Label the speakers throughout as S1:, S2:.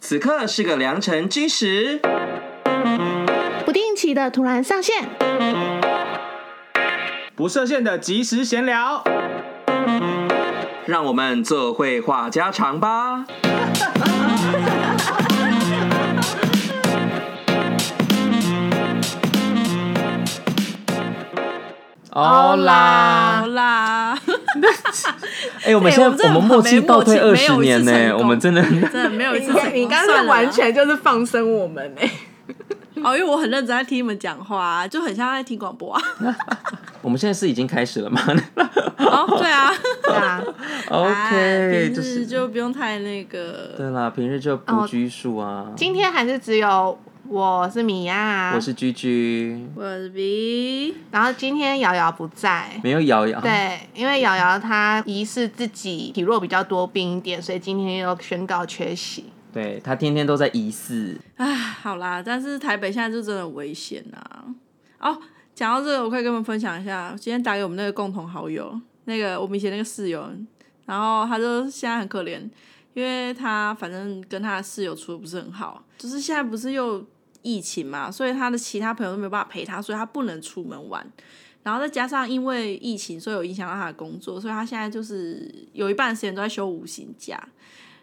S1: 此刻是个良辰基时，
S2: 不定期的突然上线，
S3: 不设限的即时闲聊。
S1: 让我们做绘画家常吧。
S3: 好啦
S4: 好， 啦，
S3: 哎、我们
S4: 哎
S3: 现在、
S4: 我们真的
S3: 我们
S4: 很
S3: 默契
S4: 没
S3: 倒退二
S4: 默契
S3: 十
S4: 没有一
S3: 年
S4: 次
S3: 呢、
S4: 成功
S3: 我们真的
S4: 真的没有一次
S2: 你
S4: 成 功
S2: 你刚
S4: 算
S2: 才
S4: 了啦
S2: 完全就是放生我们哎、
S4: 哦，因为我很认真在听你们讲话、啊，就很像在听广 播啊。
S3: 我们现在是已经开始了吗
S4: 哦，对 啊
S2: 对啊，
S4: 哎
S3: ？OK，
S4: 平
S3: 就
S4: 时
S3: 是
S4: 就哦不用太那个。
S3: 对啦，平日就不拘束啊。
S2: 今天还是只有我是米娅，
S3: 我是居居，
S4: 我是 B，
S2: 然后今天瑶瑶不在。
S3: 没有瑶瑶。
S2: 对，因为瑶瑶她疑似自己体弱比较多病一点，所以今天又宣告缺席。
S3: 对他天天都在疑似，
S4: 唉，好啦，但是台北现在就真的很危险啊。哦，讲到这个，我可以跟你们分享一下，我今天打给我们那个共同好友，那个我们以前那个室友，然后他就现在很可怜，因为他反正跟他的室友处的不是很好，就是现在不是又疫情嘛，所以他的其他朋友都没有办法陪他，所以他不能出门玩。然后再加上因为疫情，所以有影响到他的工作，所以他现在就是有一半时间都在休无薪假，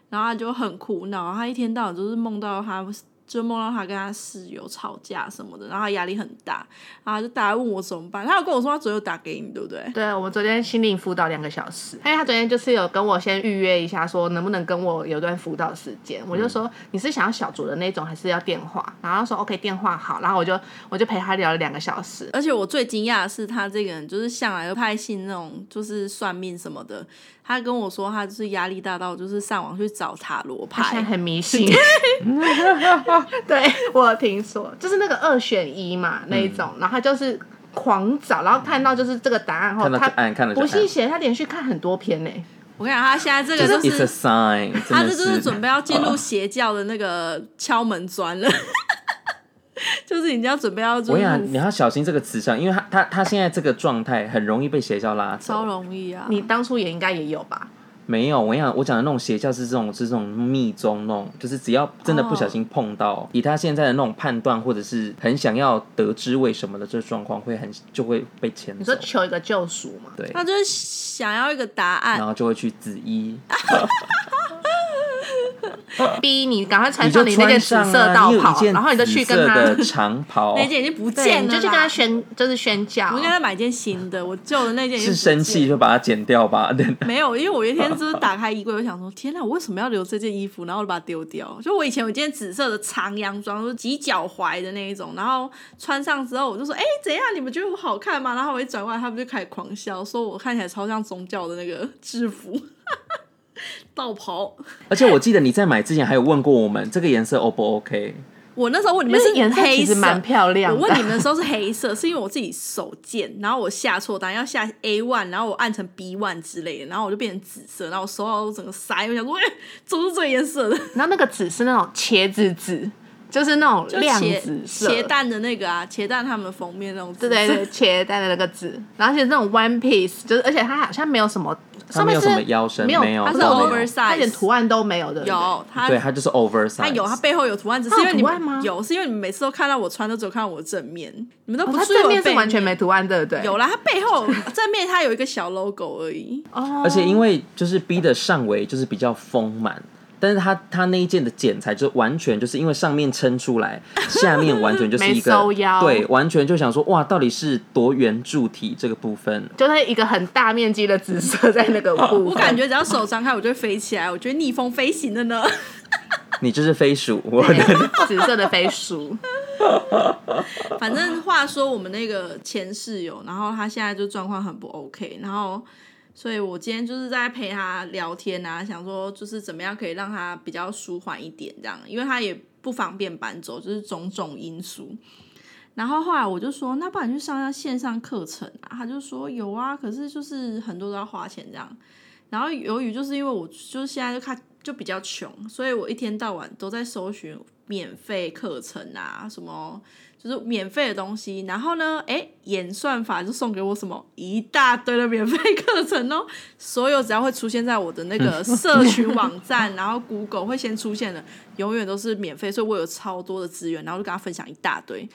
S4: 然后他就很苦恼，他一天到晚就是梦到他，就梦到他跟他室友吵架什么的，然后他压力很大，然后他就打来问我怎么办，他有跟我说他左右打给你，对不对？
S2: 对，我们昨天心灵辅导两个小时，因为哎他昨天就是有跟我先预约一下，说能不能跟我有段辅导时间。我就说你是想要小组的那种，还是要电话？然后他说 OK 电话好，然后我就我就陪他聊了两个小时。
S4: 而且我最惊讶的是，他这个人就是向来都不太信那种就是算命什么的。他跟我说，他就是压力大到就是上网去找塔罗
S2: 他现在
S4: 牌，
S2: 很 迷信， 对我有听说，就是那个二选一
S3: 嗯
S2: 嘛那一种，然后他就是狂找，然后看到就是这个答案后，
S3: 看到就
S2: 哦他
S3: 按，看到就
S2: 不
S3: 按，
S2: 信邪，他连续看很多篇呢。
S4: 我跟你讲，他现在这
S3: 就
S4: 个
S3: 是
S4: 就
S3: it's a
S4: 是
S3: sign，真
S4: 他
S3: 的。
S4: 这就是准备要进入
S3: 哦
S4: 邪教的那个敲门砖了， 就是你要准备要
S3: 我
S4: 入
S3: 跟你讲，你要小心这个磁场，因为他他他现在这个状态很容易被邪教拉
S4: 超
S3: 走。
S4: 容易啊！
S2: 你当初也应该也有吧？
S3: 没有，我跟你讲，我讲的那种邪教是这种是这种密宗那种，就是只要真
S2: 哦
S3: 的不小心碰到以他现在的那种判断或者是很想要得知为什么的这个状况，会很就会被牵
S2: 你
S3: 走
S2: 说，求一个救赎嘛？
S3: 对，
S4: 他就是想要一个答
S3: 然
S4: 案，
S3: 后就会去紫衣，
S2: 逼你赶快穿
S3: 就
S2: 上你那
S3: 穿
S2: 件紫
S3: 上
S2: 色
S3: 啊
S2: 道
S3: 你有一
S2: 袍，
S3: 件
S2: 然后你就去
S3: 紫
S2: 跟
S3: 色
S2: 他
S3: 的，长 袍，
S4: 那件已经不
S2: 对，
S4: 见
S2: 你
S4: 了，
S2: 就去跟他。宣，就是宣教
S4: 我。应该再买件新的，我旧的那件已
S3: 是
S4: 经不见
S3: 生气就把它剪掉吧，对，
S4: 没有，因为我有一天就是打开衣柜，我想说，天哪，我为什么要留这件衣服？然后我就把它丢掉。就我以前有一件紫色的长洋装，就是及脚踝的那一种，然后穿上之后，我就说，哎、怎样？你们觉得我好看吗？然后我一转过来，他们就开始狂笑，说我看起来超像宗教的那个制服。 道袍，
S3: 而且我记得你在买之前还有问过我们这个颜色 O 不 OK，
S4: 我那时候问你
S2: 因
S4: 们
S2: 为
S4: 是
S2: 颜色
S4: 黑
S2: 其实
S4: 色，
S2: 蛮漂亮
S4: 我
S2: 的。
S4: 问你们的时候是黑色，是因为我自己手贱，然后我下错单，要下 A one，然后我按成 B one 之类的，然后我就变成紫色，然后我手到都整个塞，我想说，哎、 怎么是这个颜色的？
S2: 然后那个紫是那种茄子紫， 就是那种
S4: 就
S2: 亮
S4: 茄
S2: 紫色。
S4: 茄蛋的那个啊，茄蛋他们封面那种紫
S2: 对
S4: 色，
S2: 对 对，茄蛋的那个紫，然后而且那种 one piece，就是而且它好像没有什么，
S3: 它
S2: 上
S3: 没
S2: 面
S3: 有
S2: 是
S3: 什么腰身，
S2: 没有
S3: 没有，
S2: 它
S4: 是
S3: 没有
S4: oversize
S2: 它连图案都没有的。对不对哦
S4: 有它
S3: 对，它就是 oversize，
S4: 它有它背后有图案，只是因为
S2: 它有
S4: 你
S2: 图案吗
S4: 们有是因为你们每次都看到我穿，都只有看到我的正面，你们都
S2: 哦
S4: 不
S2: 它
S4: 注意我
S2: 正
S4: 的
S2: 面是
S4: 背
S2: 完全没图案，对不对？
S4: 有啦，它背后 正面它有一个小 logo 而已，
S2: 哦，
S3: 而且因为就是 B 的上围就是比较丰满，但是它它那一件的剪裁就完全就是因为上面撑出来，下面完全就是一个
S2: 没收腰
S3: 对，完全就想说哇，到底是多圆柱体这个部分。
S2: 就是一个很大面积的紫色在那个部分，
S4: 我 感觉只要手张开，我就会飞起来，我觉得逆风飞行的呢。
S3: 你就是飞鼠，我的
S2: 对紫色的飞鼠。
S4: 反正话说，我们那个前室友，然后他现在就状况很不 OK，然后，所以我今天就是在陪他聊天啊，想说就是怎么样可以让他比较舒缓一点，这样，因为他也不方便搬走，就是种种因素。然后后来我就说，那不然去上一下线上课程啊？他就说有啊，可是就是很多都要花钱这样。然后由于就是因为我就是现在就看就比较穷，所以我一天到晚都在搜寻免费课程啊，什么就是免费的东西。然后呢，哎，演算法就送给我什么一大堆的免费课程哦，所有只要会出现在我的那个社群网站，然后 Google 会先出现的，永远都是免费，所以我有超多的资源，然后就跟他分享一大堆。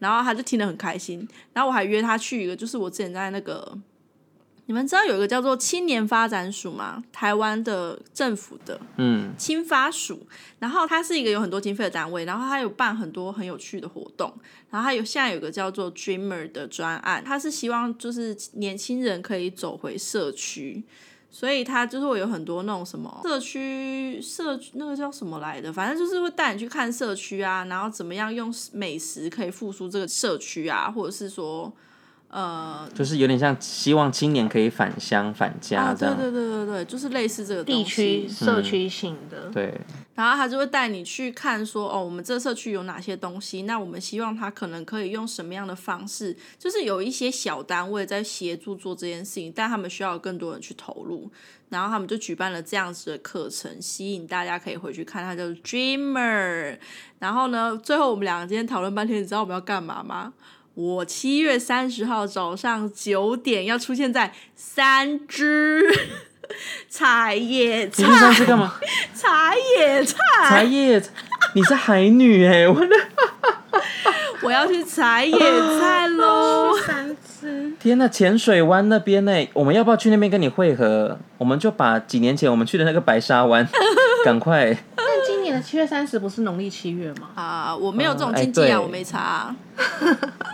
S4: 然后他就听得很开心，然后我还约他去一个，就是我之前在那个你们知道有一个叫做青年发展署吗？台湾的政府的
S3: 嗯，
S4: 青发署，然后它是一个有很多经费的单位，然后它有办很多很有趣的活动，然后它有现在有个叫做 Dreamer 的专案，它是希望就是年轻人可以走回社区。所以它就是会有很多那种什么社区社区那个叫什么来的，反正就是会带你去看社区啊，然后怎么样用美食可以复苏这个社区啊，或者是说呃
S3: 就是有点像希望青年可以返乡返
S4: 啊，
S3: 家这
S4: 对
S3: 样。
S4: 对对对对，就是类似这个东
S2: 地
S4: 西
S2: 区
S3: 嗯
S2: 社区性的，
S3: 对
S4: 然后他就会带你去看说，哦，我们这社区有哪些东西，那我们希望他可能可以用什么样的方式，就是有一些小单位在协助做这件事情，但他们需要有更多人去投入，然后他们就举办了这样子的课程，吸引大家可以回去看，它叫做 Dreamer。然后呢，最后我们两个今天讨论半天，你知道我们要干嘛吗？我七月三十号早上九点要出现在三只 采野
S3: 你是上
S4: 菜，
S3: 次干 嘛？
S4: 采野菜。
S3: 茶叶，你是海女哎、我的
S4: 我要去采野菜 喽！
S2: 三只，
S3: 天呐，浅水湾那边呢、我们要不要去那边跟你会合？我们就把几年前我们去的那个白沙 湾，赶快。
S2: 但今年的七月三十不是农历七月吗？
S4: 啊，我没有这种
S3: 哦
S4: 经济
S3: 哎对
S4: 啊，我没查、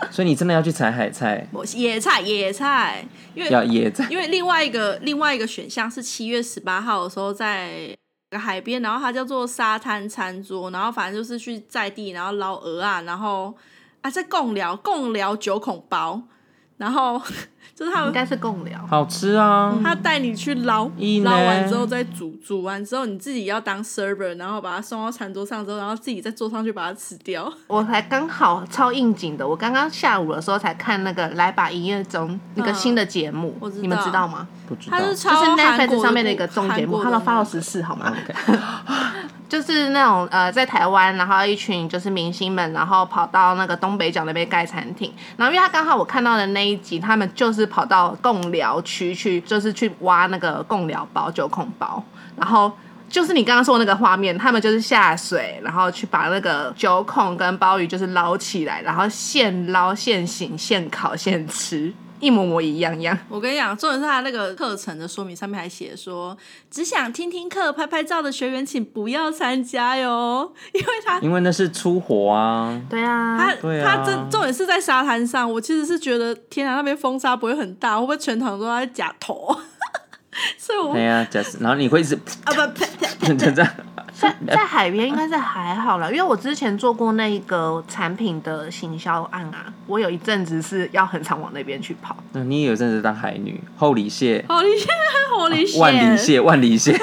S3: 所以你真的要去采海菜，
S4: 我野菜野菜，因
S3: 要
S4: 为
S3: 野菜。
S4: 因为另外一个另外一个选项是七月十八号的时候在海边，然后它叫做沙滩餐桌，然后反正就是去在地，然后捞鹅啊，然后啊在共聊共聊九孔包，然后 就是他
S2: 应
S4: 们
S2: 该是共聊，
S3: 好吃啊！
S4: 他带你去捞
S3: 一，呢
S4: 捞完之后再煮，煮完之后你自己要当 server，然后把它送到餐桌上之后，然后自己再坐上去把它吃掉。
S2: 我才刚好超应景的，我刚刚下午的时候才看那个《来吧营业中》那个新的节目，
S4: 我知道
S2: 你们嗯知道吗？
S3: 不知道
S4: 它啊
S2: 就
S4: 是超
S2: 是
S4: 韩国
S2: Netflix 上面的一个综艺节目，它
S4: 韩
S2: 的
S4: 国
S2: Follow
S4: 的
S2: 十四好吗？
S3: OK，
S2: 就是那种呃，在台湾，然后一群就是明星们，然后跑到那个东北角那边盖餐厅。然后因为他刚好我看到的那一集，他们就是跑到贡寮区去，就是去挖那个贡寮包、九孔包，然后。就是你刚刚说的那个画面，他们就是下水，然后去把那个九孔跟鲍鱼就是捞起来，然后现捞现醒、现烤现吃，一模模一样样。
S4: 我跟你讲，重点是他那个课程的说明上面还写说，只想听听课、拍拍照的学员请不要参加哟， 因为他
S3: 因为那是出火啊，
S2: 对啊，
S4: 他、
S3: 对啊
S4: 他真重点是在沙滩上，我其实是觉得天啊，那边风沙不会很大，会不会全场都在假头？ 所以我
S3: 哎呀，假设然后你会一 直
S4: 啊不呸呸
S3: 就这样，
S2: 在在海边应该是还好啦，因为我之前做过那个产品的行销案啊，我有一阵子是要很常往那边去跑。
S3: 那你也有阵子当海女，厚礼蟹、
S4: 好离线，好离线，
S3: 万里蟹、万里 蟹、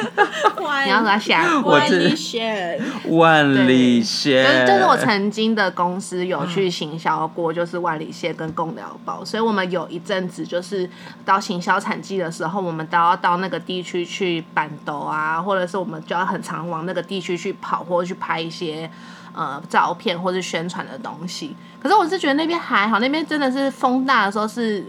S4: 万
S2: 你要给他下，
S3: 我
S4: 万
S3: 这
S4: 里线，
S3: 万里蟹，
S2: 就是就是我曾经的公司有去行销过，就是万里蟹跟贡寮包，所以我们有一阵子就是到行销产季的时候，我们都要到那个地区去板斗啊，或者是我们就要很常往那个地区去跑，或者去拍一些呃照片或是宣传的东西。可是我是觉得那边还好，那边真的是风大的时候是。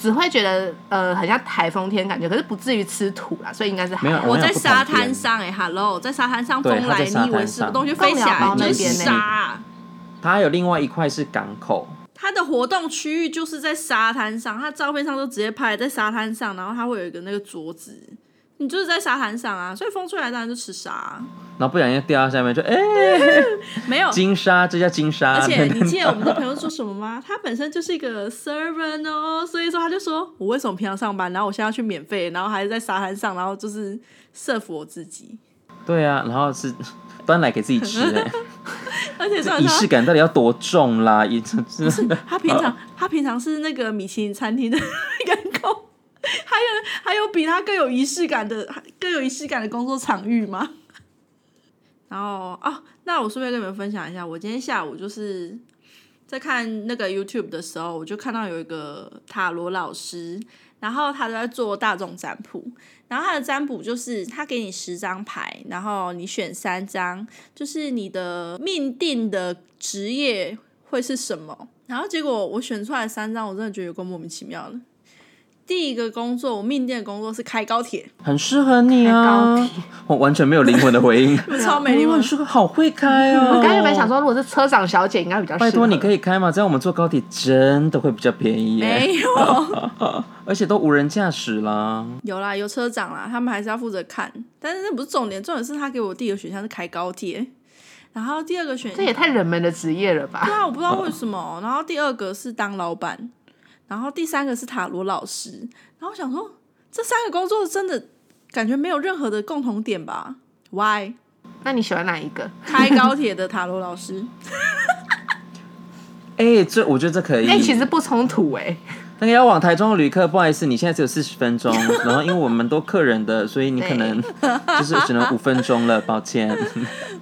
S2: 只会觉得呃很像台风天感觉，可是不至于吃土啦，所以应该是还
S3: 没有
S2: 好
S4: 我
S3: 们
S4: 在
S3: 不同
S4: 沙滩
S3: 边
S4: 上哎、欸、，hello，在沙滩上
S3: 对
S4: 风
S3: 他
S4: 来，
S3: 在
S4: 你
S3: 沙
S4: 以为
S3: 滩
S4: 是
S3: 上
S4: 东西飞起
S2: 贡寮
S4: 来
S2: 包，
S4: 就是
S2: 那边
S4: 沙、
S3: 它还有另外一块是港口，
S4: 它的活动区域就是在沙滩上，它照片上都直接拍在沙滩上，然后它会有一个那个桌子，你就是在沙滩上啊，所以风吹来当然就吃沙啊、
S3: 然后不小心掉到下面 就哎、
S4: 没有。
S3: 金啊沙，这叫金沙。
S4: 而且你记得我们的朋友说什么吗？他本身就是一个 servant 哦，所以说他就说我为什么平常上班，然后我现在要去免费，然后还是在沙滩上，然后就是设伏我自己，
S3: 对啊，然后是 端来给自己吃、 哎，
S4: 而且重
S3: 这
S4: 点
S3: 仪
S4: 是
S3: 式感到底要多重啦？也真真的
S4: 他他平常他平常是那个米其林餐厅的 员工，还有还有比他更有仪式感的更有仪式感的工作场域吗？然后哦，那我顺便跟你们分享一下，我今天下午就是在看那个 YouTube 的时候，我就看到有一个塔罗老师，然后他在做大众占卜，然后他的占卜就是他给你十张牌，然后你选三张，就是你的命定的职业会是什么。然后结果我选出来的三张，我真的觉得有够莫名其妙的。第一个工作，我命定的工作是开高铁，
S3: 很适合你
S2: 开
S3: 啊
S2: 高铁！
S3: 我完全没有灵魂的回应，
S2: 啊
S4: 超没礼
S3: 哦
S4: 貌
S3: 你。说好会开哦！
S2: 我刚原本想，说，如果是车长小姐，应该比较适
S3: 拜
S2: 合
S3: 托你可以开嘛，这样我们坐高铁真的会比较便宜耶，
S4: 没有，
S3: 而且都无人驾驶啦。
S4: 有啦，有车长啦，他们还是要负责看，但是那不是重点，重点是他给我第一个选项是开高铁，然后第二个选
S2: 这也太冷门的职业了吧？
S3: 嗯
S4: 对啊，我不知道为什么，然后第二个是当老板，然后第三个是塔罗老师，然后我想说这三个工作真的感觉没有任何的共同点吧？Why
S2: 那你喜欢哪一个？
S4: 开高铁的塔罗老师？
S3: 哎、这我觉得这可以。
S2: 哎、其实不冲突哎、
S3: 那个要往台中的旅客，不好意思，你现在只有四十分钟，然后因为我们都客人的，所以你可能就是只能五分钟了，抱歉。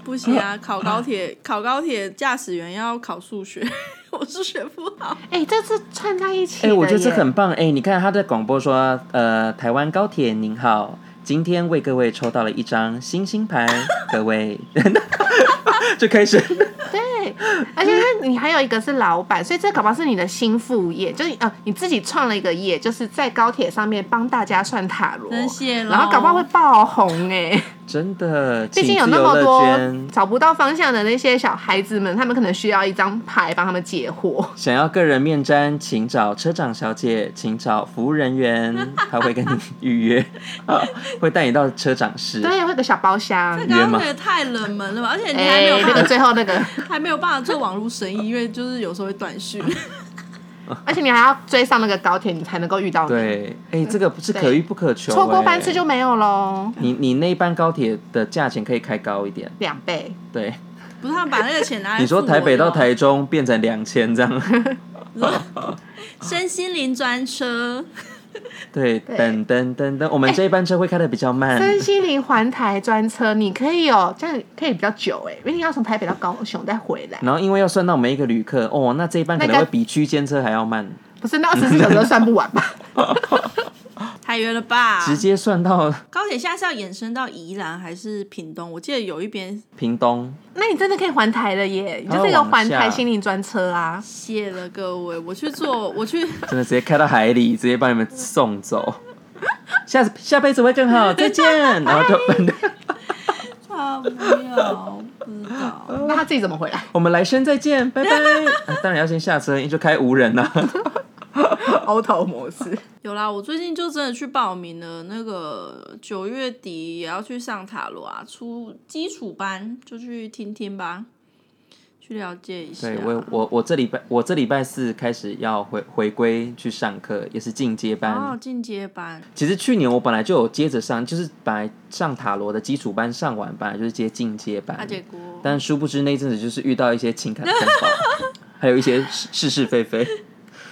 S4: 不行 啊，考高铁考高铁驾驶员要考数学， 我数学不好。
S2: 哎、这是串在一起的
S3: 哎、
S2: 耶。
S3: 我觉得这很棒。哎、你看他在广播说，呃，台湾高铁您好，今天为各位抽到了一张星星牌，各位， 就开始。
S2: 对，而且是你还有一个是老板，所以这搞不好是你的新副业，就是呃你自己创了一个业，就是在高铁上面帮大家算塔罗，
S4: 真谢咯
S2: 然后搞不好会爆红哎、
S3: 真的，
S2: 毕
S3: 请
S2: 竟有
S3: 自
S2: 那
S3: 由
S2: 么
S3: 乐捐
S2: 多。找不到方向的那些小孩子们，他们可能需要一张牌帮他们解惑。
S3: 想要个人面占，请找车长小姐，请找服务人员，他会跟你 预约，啊会带你到车长室。
S2: 对，会有个小包厢。
S3: 约
S4: 高
S3: 吗
S4: 铁太冷门了吧，而且你还没
S2: 哎、
S4: 有
S2: 那
S4: 办 法
S2: 个最后那个，
S4: 还没有办法做网络生意，因为就是有时候会短讯。
S2: 而且你还要追上那个高铁，你才能够遇到你。，
S3: 对，哎、这个不是可遇不可求、哎
S2: 错过班次就没有喽，
S3: 你你那班高铁的价钱可以开高一点。
S2: 两倍。
S3: 对，
S4: 不是他们把那个钱拿来。
S3: 你说台北到，台中变成两千这样，
S4: 身心灵专车，
S3: 对，
S2: 对哎
S3: 等等等等，我们这一班车会开的比较慢。
S2: 身心灵环台专车，你可以有这样可以比较久哎、因为你要从台北到高雄再回来，
S3: 然后因为要算到每一个旅客，哦，那这一班可能
S2: 那
S3: 会
S2: 个嗯
S3: 比区间车还要慢，
S2: 不是那二十四小时都算不完吧？
S4: 太远了吧？
S3: 直接算到
S4: 高铁现在是要延伸到宜兰还是屏东？我记得有一边
S3: 屏东。
S2: 那你真的可以环台了耶，你就
S3: 它
S2: 是一个
S3: 会往
S2: 环
S3: 下
S2: 台心灵专车啊！
S4: 谢了各位，我去做，我 去
S3: 真的直接开到海里，直接把你们送走。 下次下辈子会更好，再见。然后就
S4: 啊，不要，不知道。
S2: 那他自己怎么回来？
S3: 我们来生再见，拜拜。啊当然要先下车，因为就开无人啊了。
S2: 欧头模式，
S4: 有啦，我最近就真的去报名了，那个九月底也要去上塔罗啊，初基础班就去听听吧，去了解一 下。
S3: 对我我我这礼拜我这礼拜四开始要回回归去上课，也是进阶班。
S4: 哦，进阶班，
S3: 其实去年我本来就有接着上，就是本来上塔罗的基础班上完，本来就是接进阶班。
S4: 啊，结果
S3: 但殊不知那一阵子就是遇到一些情感风暴，还有一些是是是非非，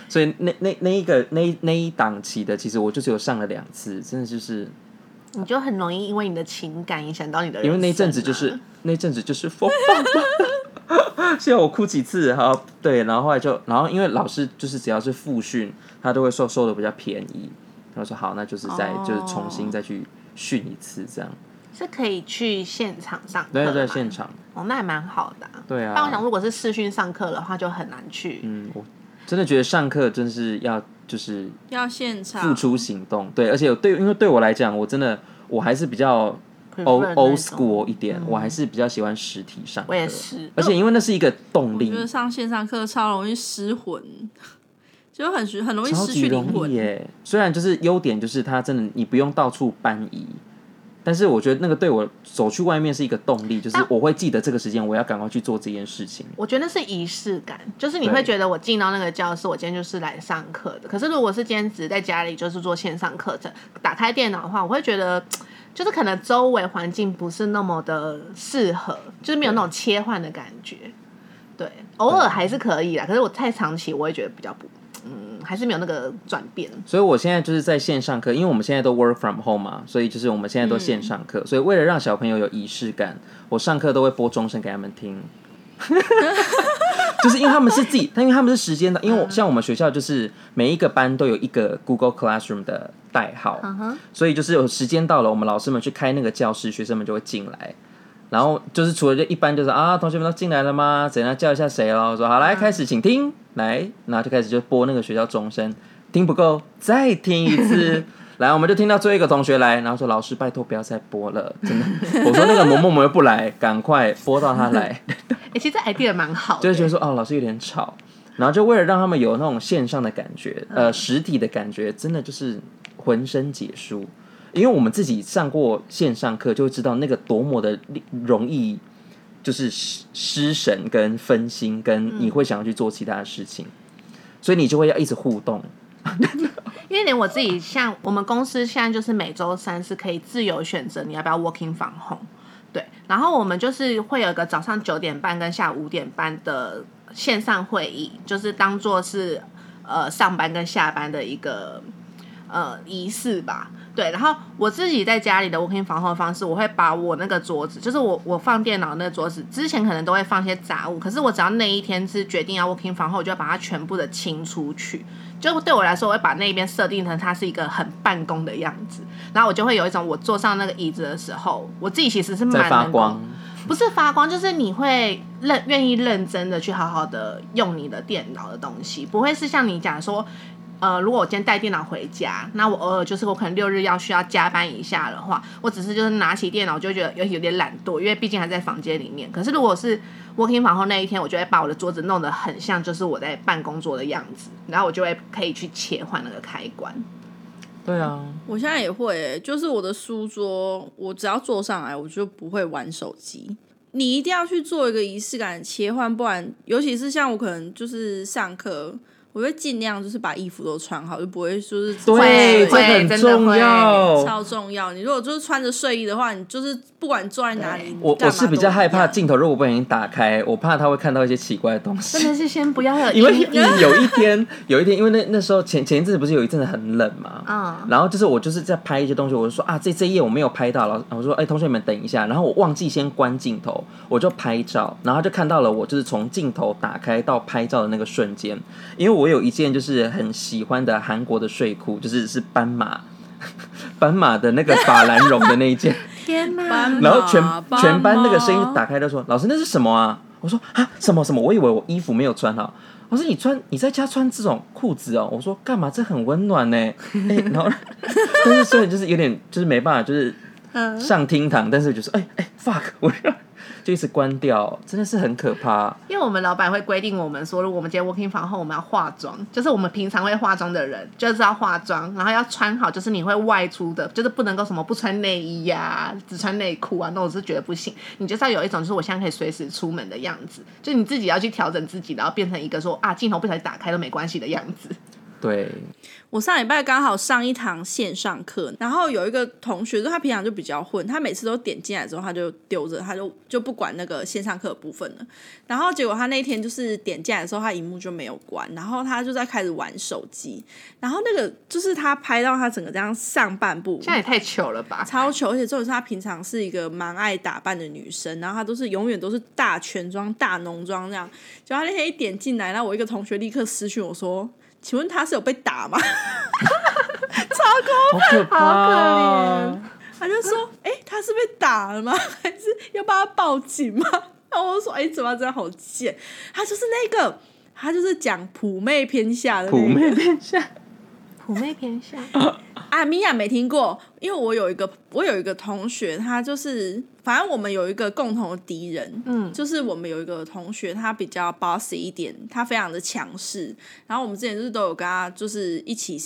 S3: 所以那那那一个那一那一档期的，其实我就只有上了两次，真的就是
S2: 你就很容易因为你的情感影响到你的人生啊、
S3: 因为那一阵子就是那阵子就是 风暴，现在我哭几次，好对，然后后来就然后因为老师就是只要是复训，他都会收收的比较便宜，然后说好，那就是再、就是重新再去训一次这样，
S2: 是可以去现场上课
S3: 对
S2: 的嘛，
S3: 对，现场，
S2: 哦，那还蛮好的、啊。
S3: 对啊
S2: 但我想，如果是视讯上课的话，就很难去。
S3: 嗯，我真的觉得上课真是要就是
S4: 要现场
S3: 付出行动，对，而且有对，因为对我来讲，我真的我还是比较 old
S2: 那种
S3: old
S4: 哦
S3: school 一点，
S4: 嗯
S3: 我还是比较喜欢实体上课。
S2: 我也是
S3: 而且因为那是一个动
S4: 我
S3: 力
S4: 觉，得上线上课超容易失魂，就很虚很容易
S3: 超
S4: 失
S3: 级
S4: 去灵
S3: 容
S4: 魂
S3: 易。耶。虽然就是优点就是它真的你不用到处搬移，但是我觉得那个对我走去外面是一个动力，就是
S2: 但
S3: 我会记得这个时间我要赶快去做这件事情。
S2: 我觉得是仪式感，就是你
S3: 对
S2: 会觉得我进到那个教室，我今天就是来上课的。可是如果是今天只是在家里就是做线上课程，打开电脑的话，我会觉得就是可能周围环境不是那么的适合，就是没有那种切换的感觉。对，偶尔还是可以啦，可是我太长期，我会觉得比较不，嗯，还是没有那个转变。
S3: 所以我现在就是在线上课，因为我们现在都 work from home 嘛，所以就是我们现在都线上课，所以为了让小朋友有仪式感，我上课都会播钟声给他们听。 就是因为他们是自己，但因为他们是时间的，因为我像我们学校就是每一个班都有一个 Google Classroom 的代号，所以就是有时间到了，我们老师们去开那个教室，学生们就会进来。然后就是除了就一般就是啊，同学们都进来了吗？怎样叫一下谁咯？我说好来开始，请听来，然后就开始就播那个学校钟声，听不够再听一次。来，我们就听到最后一个同学来，然后说老师拜托不要再播了，真的。我说那个某某某又不来，赶快播到他来。
S2: 欸其实这 idea 蛮好的，
S3: 就会觉得说哦，老师有点吵，然后就为了让他们有那种线上的感觉，
S2: 嗯
S3: 呃，实体的感觉，真的就是浑身解数。因为我们自己上过线上课，就会知道那个多么的容易，就是失失神跟分心，跟
S2: 嗯
S3: 你会想要去做其他的事情，所以你就会要一直互动。
S2: 因为连我自己，像我们公司现在就是每周三是可以自由选择你要不要 working from home，对，然后我们就是会有一个早上九点半跟下午五点半的线上会议，就是当做是呃上班跟下班的一个呃仪式吧。对，然后我自己在家里的 working from home 的方式，我会把我那个桌子，就是我我放电脑那个桌子，之前可能都会放一些杂物，可是我只要那一天是决定要 working from home，我就要把它全部的清出去。就对我来说，我会把那边设定成它是一个很办公的样子，然后我就会有一种我坐上那个椅子的时候，我自己其实是蛮
S3: 在发
S2: 能够
S3: 光，
S2: 不是发光，就是你会认愿意认真的去好好的用你的电脑的东西，不会是像你讲说，呃，如果我今天带电脑回家，那我偶尔就是我可能六日要需要加班一下的话，我只是就是拿起电脑就觉得有有点懒惰，因为毕竟还在房间里面。可是如果是 working 房后那一天，我就会把我的桌子弄得很像就是我在办公桌的样子，然后我就会可以去切换那个开关。
S3: 对啊，
S4: 我现在也会欸、就是我的书桌，我只要坐上来，我就不会玩手机。你一定要去做一个仪式感的切换，不然，尤其是像我可能就是上课，我会尽量就是把衣服都穿好，就不会说是
S3: 对，哦
S2: 会
S3: 这很
S2: 真的
S3: 重
S2: 会
S3: 要。
S4: 超重要。你如果就是穿着睡衣的话，你就是不管坐在哪里，你
S3: 我
S4: 干
S3: 我
S4: 嘛
S3: 是比
S4: 都
S3: 较
S4: 一
S3: 害怕
S4: 样
S3: 镜头，如果不小心打开，我怕他会看到一些奇怪的东西。
S2: 真的是先不要有
S3: 因为
S2: 阴影
S3: 有一天， 有一天，因为那那时候前前一阵子不是有一阵子很冷嘛，
S2: 嗯
S3: 然后就是我就是在拍一些东西，我就说啊，这这一页我没有拍到，老师我说哎、同学们等一下，然后我忘记先关镜头，我就拍照，然后他就看到了我就是从镜头打开到拍照的那个瞬间，因为我有一件就是很喜欢的韩国的睡裤，就是是斑马。 斑马的那个法兰绒的那一件，
S2: 天哪
S4: 斑！马
S3: 然后全
S4: 斑
S3: 全班那个声
S4: 马
S3: 音打开都说：“老师，那是什么啊？”我说：“啊，什么什么？我以为我衣服没有穿好。”老师，你穿你在家穿这种裤子哦？我说干嘛？这很温暖呢、哎然后 但是虽然就是有点就是没办法，就是上厅堂，但是就是哎哎 fuck，我就就一直关掉，真的是很可怕。
S2: 因为我们老板会规定我们说，如果我们今天 working 房后，我们要化妆，就是我们平常会化妆的人，就是要化妆，然后要穿好，就是你会外出的，就是不能够什么不穿内衣呀、只穿内裤啊，那我是觉得不行。你就是要有一种，就是我现在可以随时出门的样子，就你自己要去调整自己，然后变成一个说啊，镜头不小心打开都没关系的样子。
S3: 对，
S4: 我上礼拜刚好上一堂线上课，然后有一个同学，就他平常就比较混，他每次都点进来之后，他就丢着，他就就不管那个线上课的部分了。然后结果他那天就是点进来的时候，他荧幕就没有关，然后他就在开始玩手机，然后那个就是他拍到他整个这样上半部，
S2: 现在也太糗了吧？
S4: 超球，而且重点是她平常是一个蛮爱打扮的女生，然后她都是永远都是大全妆、大浓妆这样。就她那天一点进来，然后我一个同学立刻私讯我说：“请问她是有被打吗？”
S3: 好可怕
S2: 好可
S3: 哦，
S2: 怜
S4: 她就说：“哎、她是被打了吗？ 还是要帮她报警吗？” 然后我就说：“哎、怎么这样好贱？”她就是那个，她就是讲普妹偏下的、那个、
S3: 普妹面下，
S2: 妩媚偏向，
S4: 啊，米娅没听过，因为我有一个我有一个同学，他就是反正我们有一个共同的敌人，
S2: 嗯
S4: 就是我们有一个同学，他比较 bossy 一点，他非常的强势，然后我们之前就是都有跟他就是一起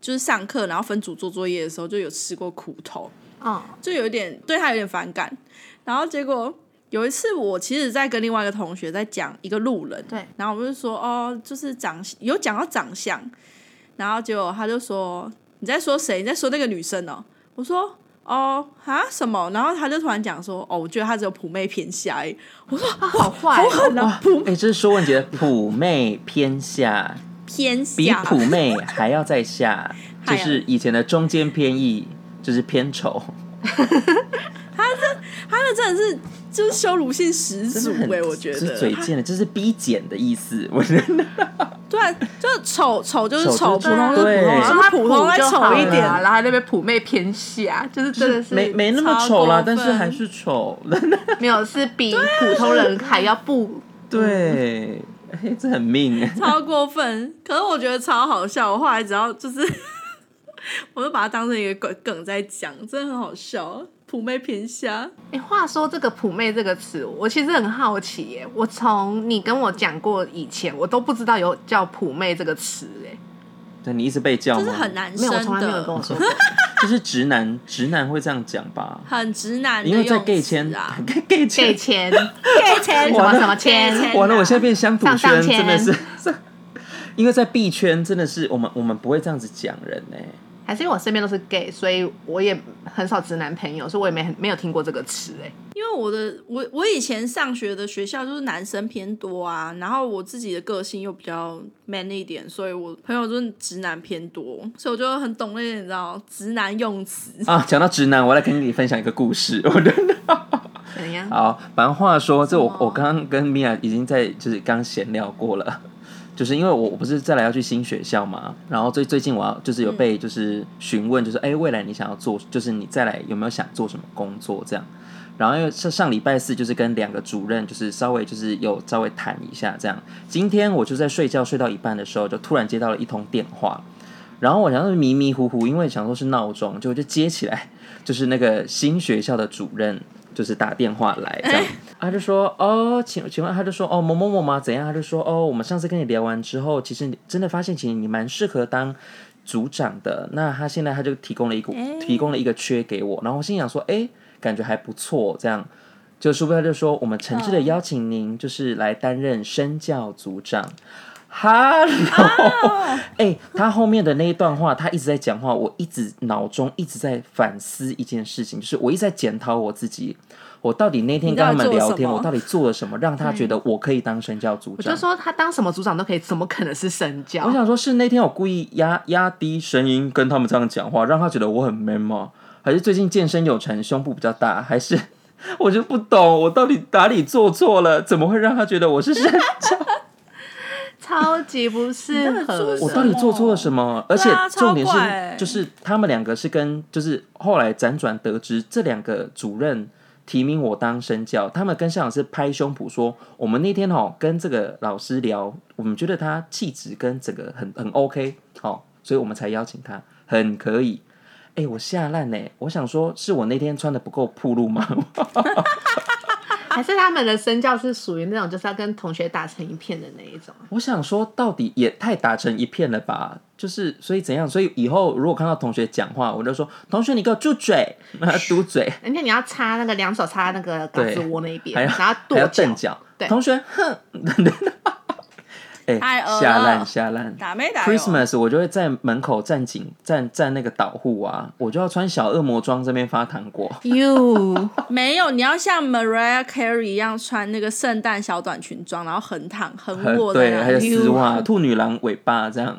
S4: 就是上课，然后分组做作业的时候就有吃过苦头，
S2: 哦，
S4: 就有点对他有点反感。然后结果有一次，我其实在跟另外一个同学在讲一个路人，
S2: 对，
S4: 然后我们就说哦，就是长有讲到长相，然后结果他就说你在说谁？你在说那个女生哦？我说。哦啊什么？然后他就突然讲说，哦，我觉得他只有普妹偏狭而已。
S2: 好坏
S4: 我
S2: 哦，
S4: 很难普
S3: 哎、这是说文杰的普妹偏下。
S4: 偏
S3: 比
S4: 狭，
S3: 普妹还要再下，
S4: 还
S3: 就
S4: 要
S3: 是以前的中 间偏异，就是偏丑。
S4: 他真的是就是羞辱性十
S3: 这是
S4: 足
S3: 很
S4: 哎、我觉
S3: 这
S4: 得
S3: 是。嘴贱的，这是逼贱的意思。我觉得
S4: 对啊，就是丑丑就是
S3: 丑就
S4: 丑，普
S3: 是
S4: 通就是
S3: 对
S4: 普通，
S3: 然
S2: 然
S4: 是
S2: 后他
S4: 不是
S2: 普
S4: 普通再
S2: 就好
S4: 丑一点
S2: 了，然后那边普妹偏下，就是真的是
S3: 没没那么
S4: 超
S3: 丑啦，
S4: 过
S3: 但是
S4: 分
S3: 还是丑。
S2: 没有是比普通人还要不
S4: 嗯
S3: 对，哎，这很命 哎。
S4: 超过分。可是我觉得超好笑，我后来只要就是， 我就把它当成一个梗梗在讲，真的很好笑。普妹偏瞎，
S2: 哎、话说这个“普妹”这个词，我其实很好奇耶。我从你跟我讲过以前，我都不知道有叫“普妹”这个词哎。
S3: 对你一直被叫
S4: 就
S3: 吗？
S4: 是很难
S2: 哦没
S4: 生
S2: 有，我从来没有人跟我
S4: 的，
S2: 说过。
S3: 就是直男，直男会这样讲吧？
S4: 很直男的
S3: 因
S4: 用
S3: 为
S4: 词
S3: 在
S4: 啊。
S3: gay 圈 ，gay
S2: 给
S3: 圈，
S2: 钱，
S4: gay 圈
S2: 什么
S3: 那
S2: 什么
S4: 啊
S2: 钱，
S3: 完了，我现在变乡土
S2: 上上
S3: 圈，真的
S2: 签
S3: 是。 因为在 B 圈真的是我们我们不会这样子讲人哎、
S2: 还是因为我身边都是 gay，所以我也很少直男朋友，所以我也没很没有听过这个词哎。
S4: 因为我的我我以前上学的学校就是男生偏多啊，然后我自己的个性又比较 man 一点，所以我朋友就是直男偏多，所以我就很懂那些你知道直男用词。
S3: 啊，讲到直男，我来跟你分享一个故事。我真的
S2: 怎样？
S3: 好，反正话说，这我
S4: 啊什么
S3: 我刚刚跟米娅已经在就是刚闲聊过了， 就是因为我我不是再来要去新学校嘛，然后最最近我要就是有
S4: 嗯
S3: 被就是询问，就是哎、未来你想要做，就是你再来有没有想做什么工作这样。然后因为上上礼拜四就是跟两个主任就是稍微就是有稍微谈一下这样，今天我就在睡觉睡到一半的时候，就突然接到了一通电话，然后我想说迷迷糊糊，因为想说是闹钟，就就接起来，就是那个新学校的主任就是打电话来这样，他就说哦，请请问他就说哦某某某吗？怎样？他就说哦，我们上次跟你聊完之后，其实你真的发现其实你蛮适合当。组长的，那他现在他就提供了一个提供了一个缺给我，然后我心想说，哎、感觉还不错，这样，就殊不知他就说，我们诚挚的邀请您，就是来担任身教组长。Hello，哎、他后面的那一段话，他一直在讲话，我一直脑中一直在反思一件事情，就是我一直在检讨我自己，我到底那天
S4: 你
S3: 跟
S4: 到
S3: 他们
S4: 底做了
S3: 聊
S4: 什
S3: 天，
S4: 么
S3: 我到底做了什么，让他觉得我可以当身教组
S2: 我
S3: 长？
S2: 就说他当什么组长都可以，怎么可能是神教
S3: 我？想说，是那天我故意压压低声音跟他们这样讲话，让他觉得我很 man 吗？还是最近健身有成，胸部比较大？还是 我就不懂，我到底哪里做错了？怎么会让他觉得我是身
S2: 超级不适
S4: 你到底做
S2: 合
S4: 什。
S3: 我到底做错了什么？而且
S4: 对啊超
S3: 重点是，
S4: 怪欸
S3: 就是他们两个是跟，就是后来辗转得知，这两个主任提名我当身教，他们跟校长是拍胸脯说，我们那天哦跟这个老师聊，我们觉得他气质跟整个很很 OK，好、所以我们才邀请他，很可以。哎、我吓烂呢！我想说，是我那天穿的不够暴露吗？
S2: 还是他们的身教是属于那种就是要跟同学打成一片的那一种？
S3: 我想说，到底也太打成一片了吧？就是，所以怎样？所以以后如果看到同学讲话，我就说：“同学，你给我住嘴， 让他嘟嘴，
S2: 而且你要插那个两手插那个胳肢窝那一边，
S3: 还要
S2: 然后
S3: 还要
S2: 跺
S3: 瞪
S2: 脚。
S3: 脚。”
S2: 对
S3: 同学，哼，哎、
S4: 太恶了
S3: 下烂下烂。
S4: 打没打哟啊
S3: Christmas，我就会在门口站警站站那个导护啊，我就要穿小恶魔装这边发糖果。
S2: You，
S4: 没有，你要像 Mariah Carey 一样穿那个圣诞小短裙装，然后横躺横卧在
S3: 呃对，还
S4: 那
S3: 有
S4: 里。哦
S3: 丝袜、兔女郎尾巴这样，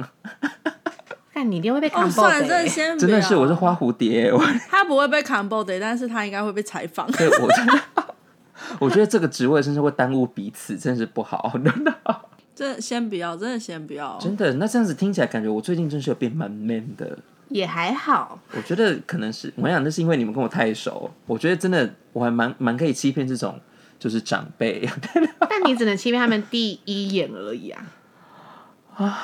S2: 看你一定会被
S4: 哦，
S2: 扛爆
S4: 算了，真
S2: 的欸
S4: 的哦
S2: 耶。
S4: 先不
S3: 真的是
S4: 要
S3: 我是花蝴蝶，我
S4: 他不会被 c o m b o 的，但是他应该会被采访。
S3: 对我真的，我觉得这个职位真是会耽误彼此，真是不好。
S4: 真的先不要，真的先不要。
S3: 真的，那这样子听起来，感觉我最近真是有变蛮 man 的。
S2: 也还好，
S3: 我觉得可能是，我想那是因为你们跟我太熟。我觉得真的，我还蛮蛮可以欺骗这种就是长辈。
S2: 但你只能欺骗他们第一眼而已啊。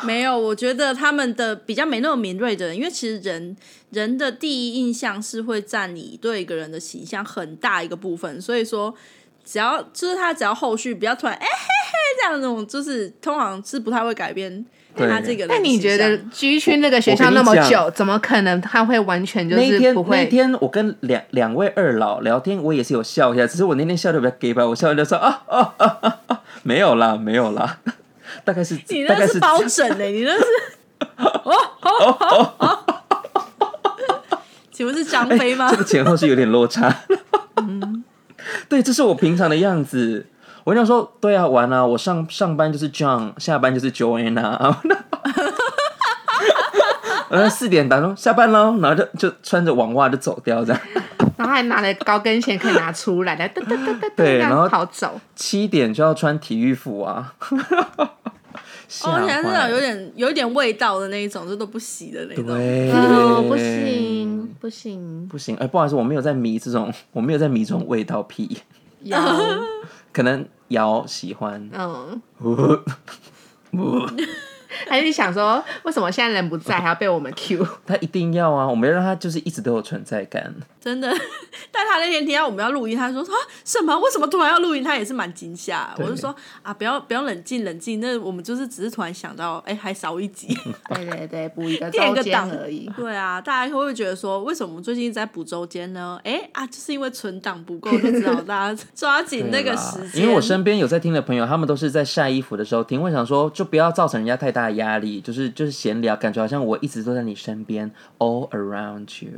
S4: 没有，我觉得他们的比较没那么敏锐的人，因为其实人人的第一印象是会占你对一个人的形象很大一个部分，所以说只要就是他只要后续不要突然哎、嘿嘿这样那种，就是通常是不太会改变
S3: 对
S4: 他这个人的
S2: 但你觉得
S4: 形象
S2: G 区那个学校那么久，怎么可能他会完全就
S3: 那一
S2: 是
S3: 天
S2: 不
S3: 那一
S2: 会？
S3: 天我跟两两位二老聊天，我也是有笑一下，只是我那天笑的比较 gay 吧，我笑的就说啊啊啊啊啊，没有啦，没有啦， 大概是
S4: 你
S3: 大概
S4: 那
S3: 是
S4: 是包拯哎、你那是哦哦哦 哦，请问是张飞吗
S3: 哎
S4: 嗯
S3: 这？个前后是有点落差。对，这是我平常的样子。我跟你说，对啊，玩啊，我上上班就是 John，下班就是 Joanna。然后四点打钟下班喽，然后就就穿着网袜就走掉这样。
S2: 然后还拿了高跟鞋可以拿 出来，来哒哒哒哒哒，
S3: 对
S2: 这样
S3: 然后
S2: 跑走。
S3: 七点就要穿体育服啊。 吓
S4: 哦，而且是那
S3: 坏
S4: 种有点有点味道的那一种，就都不洗的那种。
S3: 对、
S2: 哦，不行不行，
S3: 不行，哎、不好意思，我没有在迷这种，我没有在迷这种味道癖，
S2: 有
S3: 可能瑶喜欢。
S2: 嗯，还是想说为什么现在人不在还要被我们 Q？
S3: 他一定要啊，我们要让他就是一直都有存在感。
S4: 真的。但他那天听到我们要录音，他说啊什么？为什么突然要录音？他也是蛮惊吓。
S3: 对
S4: 我就说啊，不要不要冷静冷静，那我们就是只是突然想到，哎、还少一集。
S2: 对对对，补一个
S4: 垫
S2: 周
S4: 个
S2: 间
S4: 档
S2: 而已。
S4: 对啊，大家会不会觉得说，为什么我们最近一直在补周间呢？哎、啊，就是因为存档不够，就只好 大家抓紧那
S3: 对
S4: 个
S3: 啦
S4: 时间。
S3: 因为我身边有在听的朋友，他们都是在晒衣服的时候听。我想说，就不要造成人家太大的压力，就是就是闲聊，感觉好像我一直都在你身边，all around you。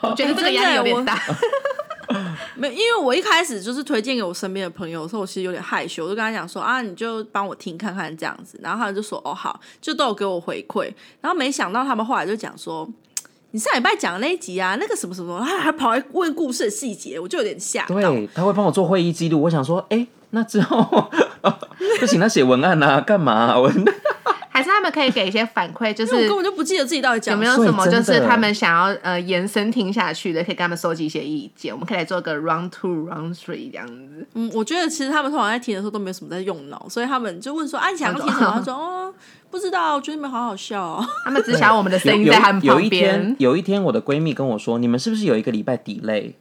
S2: 哦我觉得这个压力有点大，
S4: 没，因为我一开始就是推荐给我身边的朋友的时候，我其实有点害羞，我就跟他讲说啊，你就帮我听看看这样子，然后他们就说哦好，就都有给我回馈，然后没想到他们后来就讲说。你上礼拜讲的那一集啊，那个什么什么，他还跑来问故事的细节，我就有点吓到。
S3: 对，他会帮我做会议记录。我想说，哎、那之后 就请他写文案啊，干嘛、啊？ 我
S2: 还是他们可以给一些反馈，就
S4: 因为我
S2: 是
S4: 根本就不记得自己到底讲
S2: 有没
S4: 什
S2: 有
S4: 么
S2: 什么
S3: 所以
S2: 就
S3: 真的
S2: 是他们想要呃延伸听下去的，可以跟他们收集一些意见，我们可以来做个 round two、round three 这样子。
S4: 嗯，我觉得其实他们通常在听的时候都没有什么在用脑，所以他们就问说啊，你想要听 什么？他说哦，不知道，我觉得你们好好笑哦。
S2: 他们只想要我们的声音
S3: 有
S2: 在他们
S3: 有一
S2: 旁
S3: 天
S2: 边，。
S3: 有一天我的闺蜜跟我说，你们是不是有一个礼拜 delay？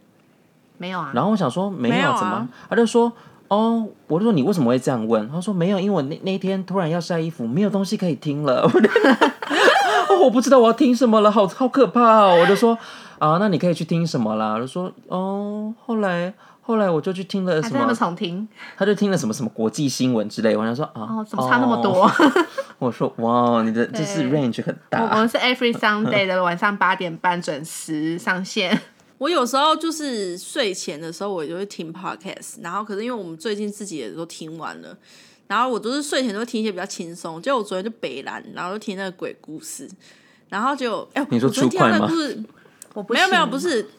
S2: 没有啊，
S3: 然后我想说没
S4: 没有啊
S3: 怎么？他就说哦，我就说你为什么会这样问？他说没有，因为我那那一天突然要晒衣服，没有东西可以听了。 我就哦，我不知道我要听什么了，好好可怕哦！我就说啊，那你可以去听什么啦？我就说哦，后来后来我就去听了
S2: 还
S3: 什
S2: 是他
S3: 么
S2: 们，重听？
S3: 他就听了什么什么国际新闻之类。我想说啊，
S2: 哦，怎么差那么多？
S3: 哦我说哇，你的这是
S2: 对
S3: range 很
S2: 我我
S3: 大。
S2: 们是 every Sunday 的晚上八点半准时上线。
S4: 我有时候就是睡前的时候，我就会听 podcast，然后可是因为我们最近自己也都听完了，然后我都是睡前都会听一些比较轻松。结果我昨天就北蓝，然后就听那个鬼故事，然后就哎，
S3: 你说
S4: 我昨天听到
S3: True
S4: 那
S3: Crime
S4: 个
S3: 吗
S4: 故事
S2: 我不
S4: 没有没有不
S2: 是。
S4: 是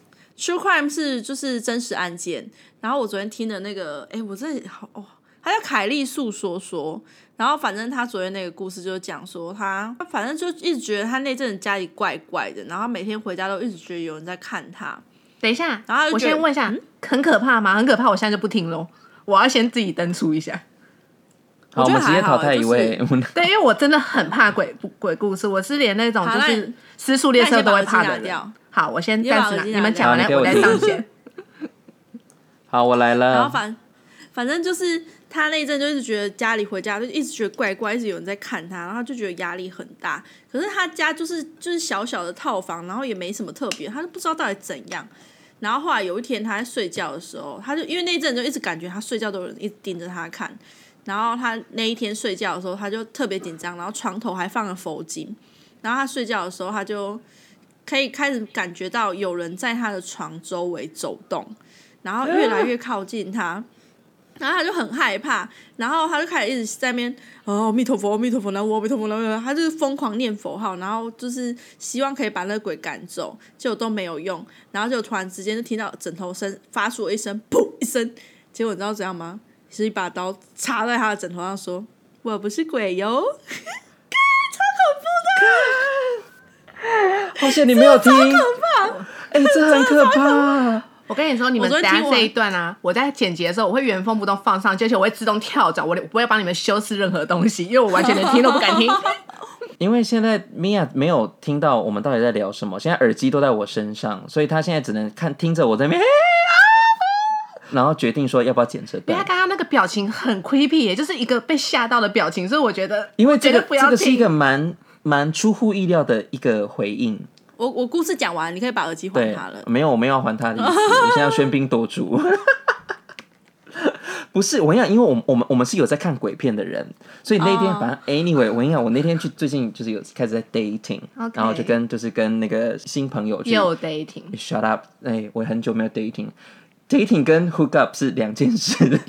S4: true crime 是就是真实案件。然后我昨天听的那个，哎，我这好哦，他叫凯利诉说说，然后反正他昨天那个故事就是讲说他，他反正就一直觉得他那阵子家里怪怪的，然后每天回家都一直觉得有人在看他。
S2: 等一下，
S4: 然后就
S2: 我
S4: 觉得嗯
S2: 先问一下，很可怕吗？很可怕，我现在就不听喽。我要先自己登出一下，
S3: 好，我
S4: 我觉得
S3: 们直接
S4: 还好
S3: 淘汰
S4: 就
S3: 一位。
S2: 对，因为我真的很怕鬼鬼故事，我是连那种
S4: 好
S2: 就
S4: 那
S2: 是
S4: 你
S2: 失速列车都会怕的
S4: 那你先把耳机拿掉
S2: 人。好，我先
S4: 你先
S2: 暂
S4: 把
S2: 时
S4: 耳
S2: 拿，
S4: 机
S2: 你
S4: 拿
S2: 们
S4: 掉
S2: 讲完
S3: 好你
S2: 了
S3: 给我
S2: 我再
S3: 听
S2: 上 线。
S3: 好，我来
S4: 然后
S3: 了。
S4: 反反正就是他那一阵就一直觉得家里回家就一直觉得怪怪，一直有人在看他，然后就觉得压力很大。可是他家就是就是小小的套房，然后也没什么特别，他就不知道到底怎样。然后后来有一天他在睡觉的时候，他就因为那一阵就一直感觉他睡觉都有人一直盯着他看。然后他那一天睡觉的时候，他就特别紧张，然后床头还放了佛经。然后他睡觉的时候，他就可以开始感觉到有人在他的床周围走动，然后越来越靠近他。然后他就很害怕，然后他就开始一直在那边哦，阿弥陀佛，阿弥陀佛，南无阿弥陀佛，南无阿弥陀佛，他就是疯狂念佛号，然后就是希望可以把那个鬼赶走，结果都没有用，然后就突然之间就听到枕头声发出了一声噗一声，结果你知道怎样吗？是一把刀插在他的枕头上，说：“我不是鬼哟。”
S3: 好险你没有听，哎、这很可怕。
S2: 我跟你说，你们
S4: 我昨
S2: 等下
S4: 天听
S2: 这
S4: 完
S2: 一段啊，我在剪辑的时候，我会原封不动放上去，而且我会自动跳转，我不会帮你们修饰任何东西，因为我完全连听都不 敢听。
S3: 因为现在米娅没有听到我们到底在聊什么，现在耳机都在我身上，所以她现在只能看听着我在那边，哎啊然后决定说要不要剪这
S2: 因为
S3: 段
S2: 他。刚刚那个表情很 creepy，耶就是一个被吓到的表情，所以我觉得，
S3: 因为
S2: 我觉
S3: 这
S2: 得
S3: 个
S2: 不要
S3: 这个是
S2: 听
S3: 一个蛮蛮出乎意料的一个回应，
S4: 我我故事讲完，你可以把耳机还
S3: 对
S4: 他了，。
S3: 没有我们要还他的意思，我现在要喧宾夺主。不是，我跟你讲，因为我们我们我们是有在看鬼片的人，所以那天
S4: 哦
S3: 反正、anyway，我跟你讲，我那天去最近就是有开始在 dating，、
S2: OK
S3: 然后就跟就是跟那个新朋友去
S2: 又 dating，
S3: You Shut up！哎、我很久没有 dating。dating 跟 hook up 是两件 事。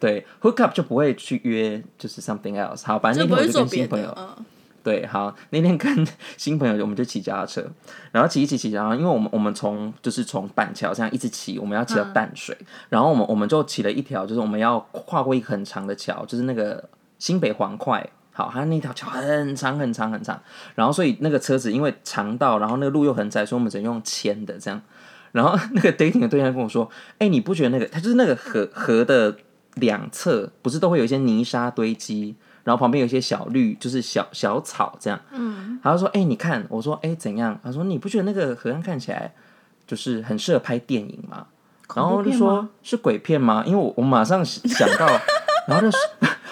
S3: 对，hook up 就不会去约，就是 something else。好，反正
S4: 就
S3: 那天
S4: 不会
S3: 我就
S4: 做
S3: 跟
S4: 别
S3: 新朋
S4: 的
S3: 友，。
S4: 嗯，
S3: 对，好，那天跟新朋友我们就骑脚踏车，然后骑一骑骑，然后因为我们我们从就是从板桥这样一直骑，我们要骑到
S4: 嗯
S3: 淡水，然后我们我们就骑了一条，就是我们要跨过一个很长的桥，就是那个新北环快。好，它那条桥很长很长很长，然后所以那个车子因为长到，然后那个路又很窄，所以我们只能用牵的这样。然后那个 dating 的对象跟我说：“哎、你不觉得那个它就是那个河河的两侧不是都会有一些泥沙堆积，然后旁边有一些小绿，就是小小草这样。嗯，他就说：“哎、你看。”我说：“哎、怎样？”他说：“你不觉得那个河岸看起来就是很适合拍电影吗？”然后我就
S2: 恐怖片
S3: 说
S2: 吗：“
S3: 是鬼片吗？”因为我我马上想到， 然后就是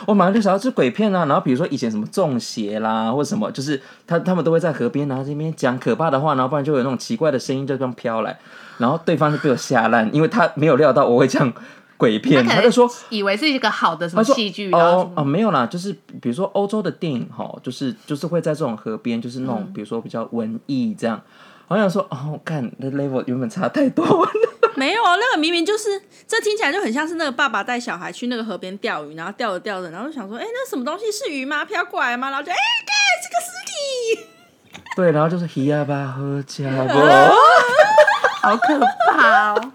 S3: 我马上就想到是鬼片啊。然后比如说以前什么中邪啦，或什么，就是他他们都会在河边，然后这边讲可怕的话，然后不然就有那种奇怪的声音就这样飘来，然后对方就被我吓烂，因为他没有料到我会讲鬼片，
S2: 可
S3: 他
S2: 能
S3: 就说
S2: 以为是一个好的什
S3: 他
S2: 么
S3: 说
S2: 戏剧，然后什
S3: 哦
S2: 么
S3: 哦没有啦，就是比如说欧洲的电影哈，就是就是会在这种河边，就是那种、
S2: 嗯
S3: 比如说比较文艺这样。我想说，哦，看那 level 原本差太多了，
S4: 没有啊，那个明明就是，这听起来就很像是那个爸爸带小孩去那个河边钓鱼，然后钓着钓着，然后就想说，哎、那什么东西是鱼吗？飘过来吗？然后就，哎、看这个尸体，
S3: 对，然后就是 h i a b a 喝加 不，
S2: 好可怕哦！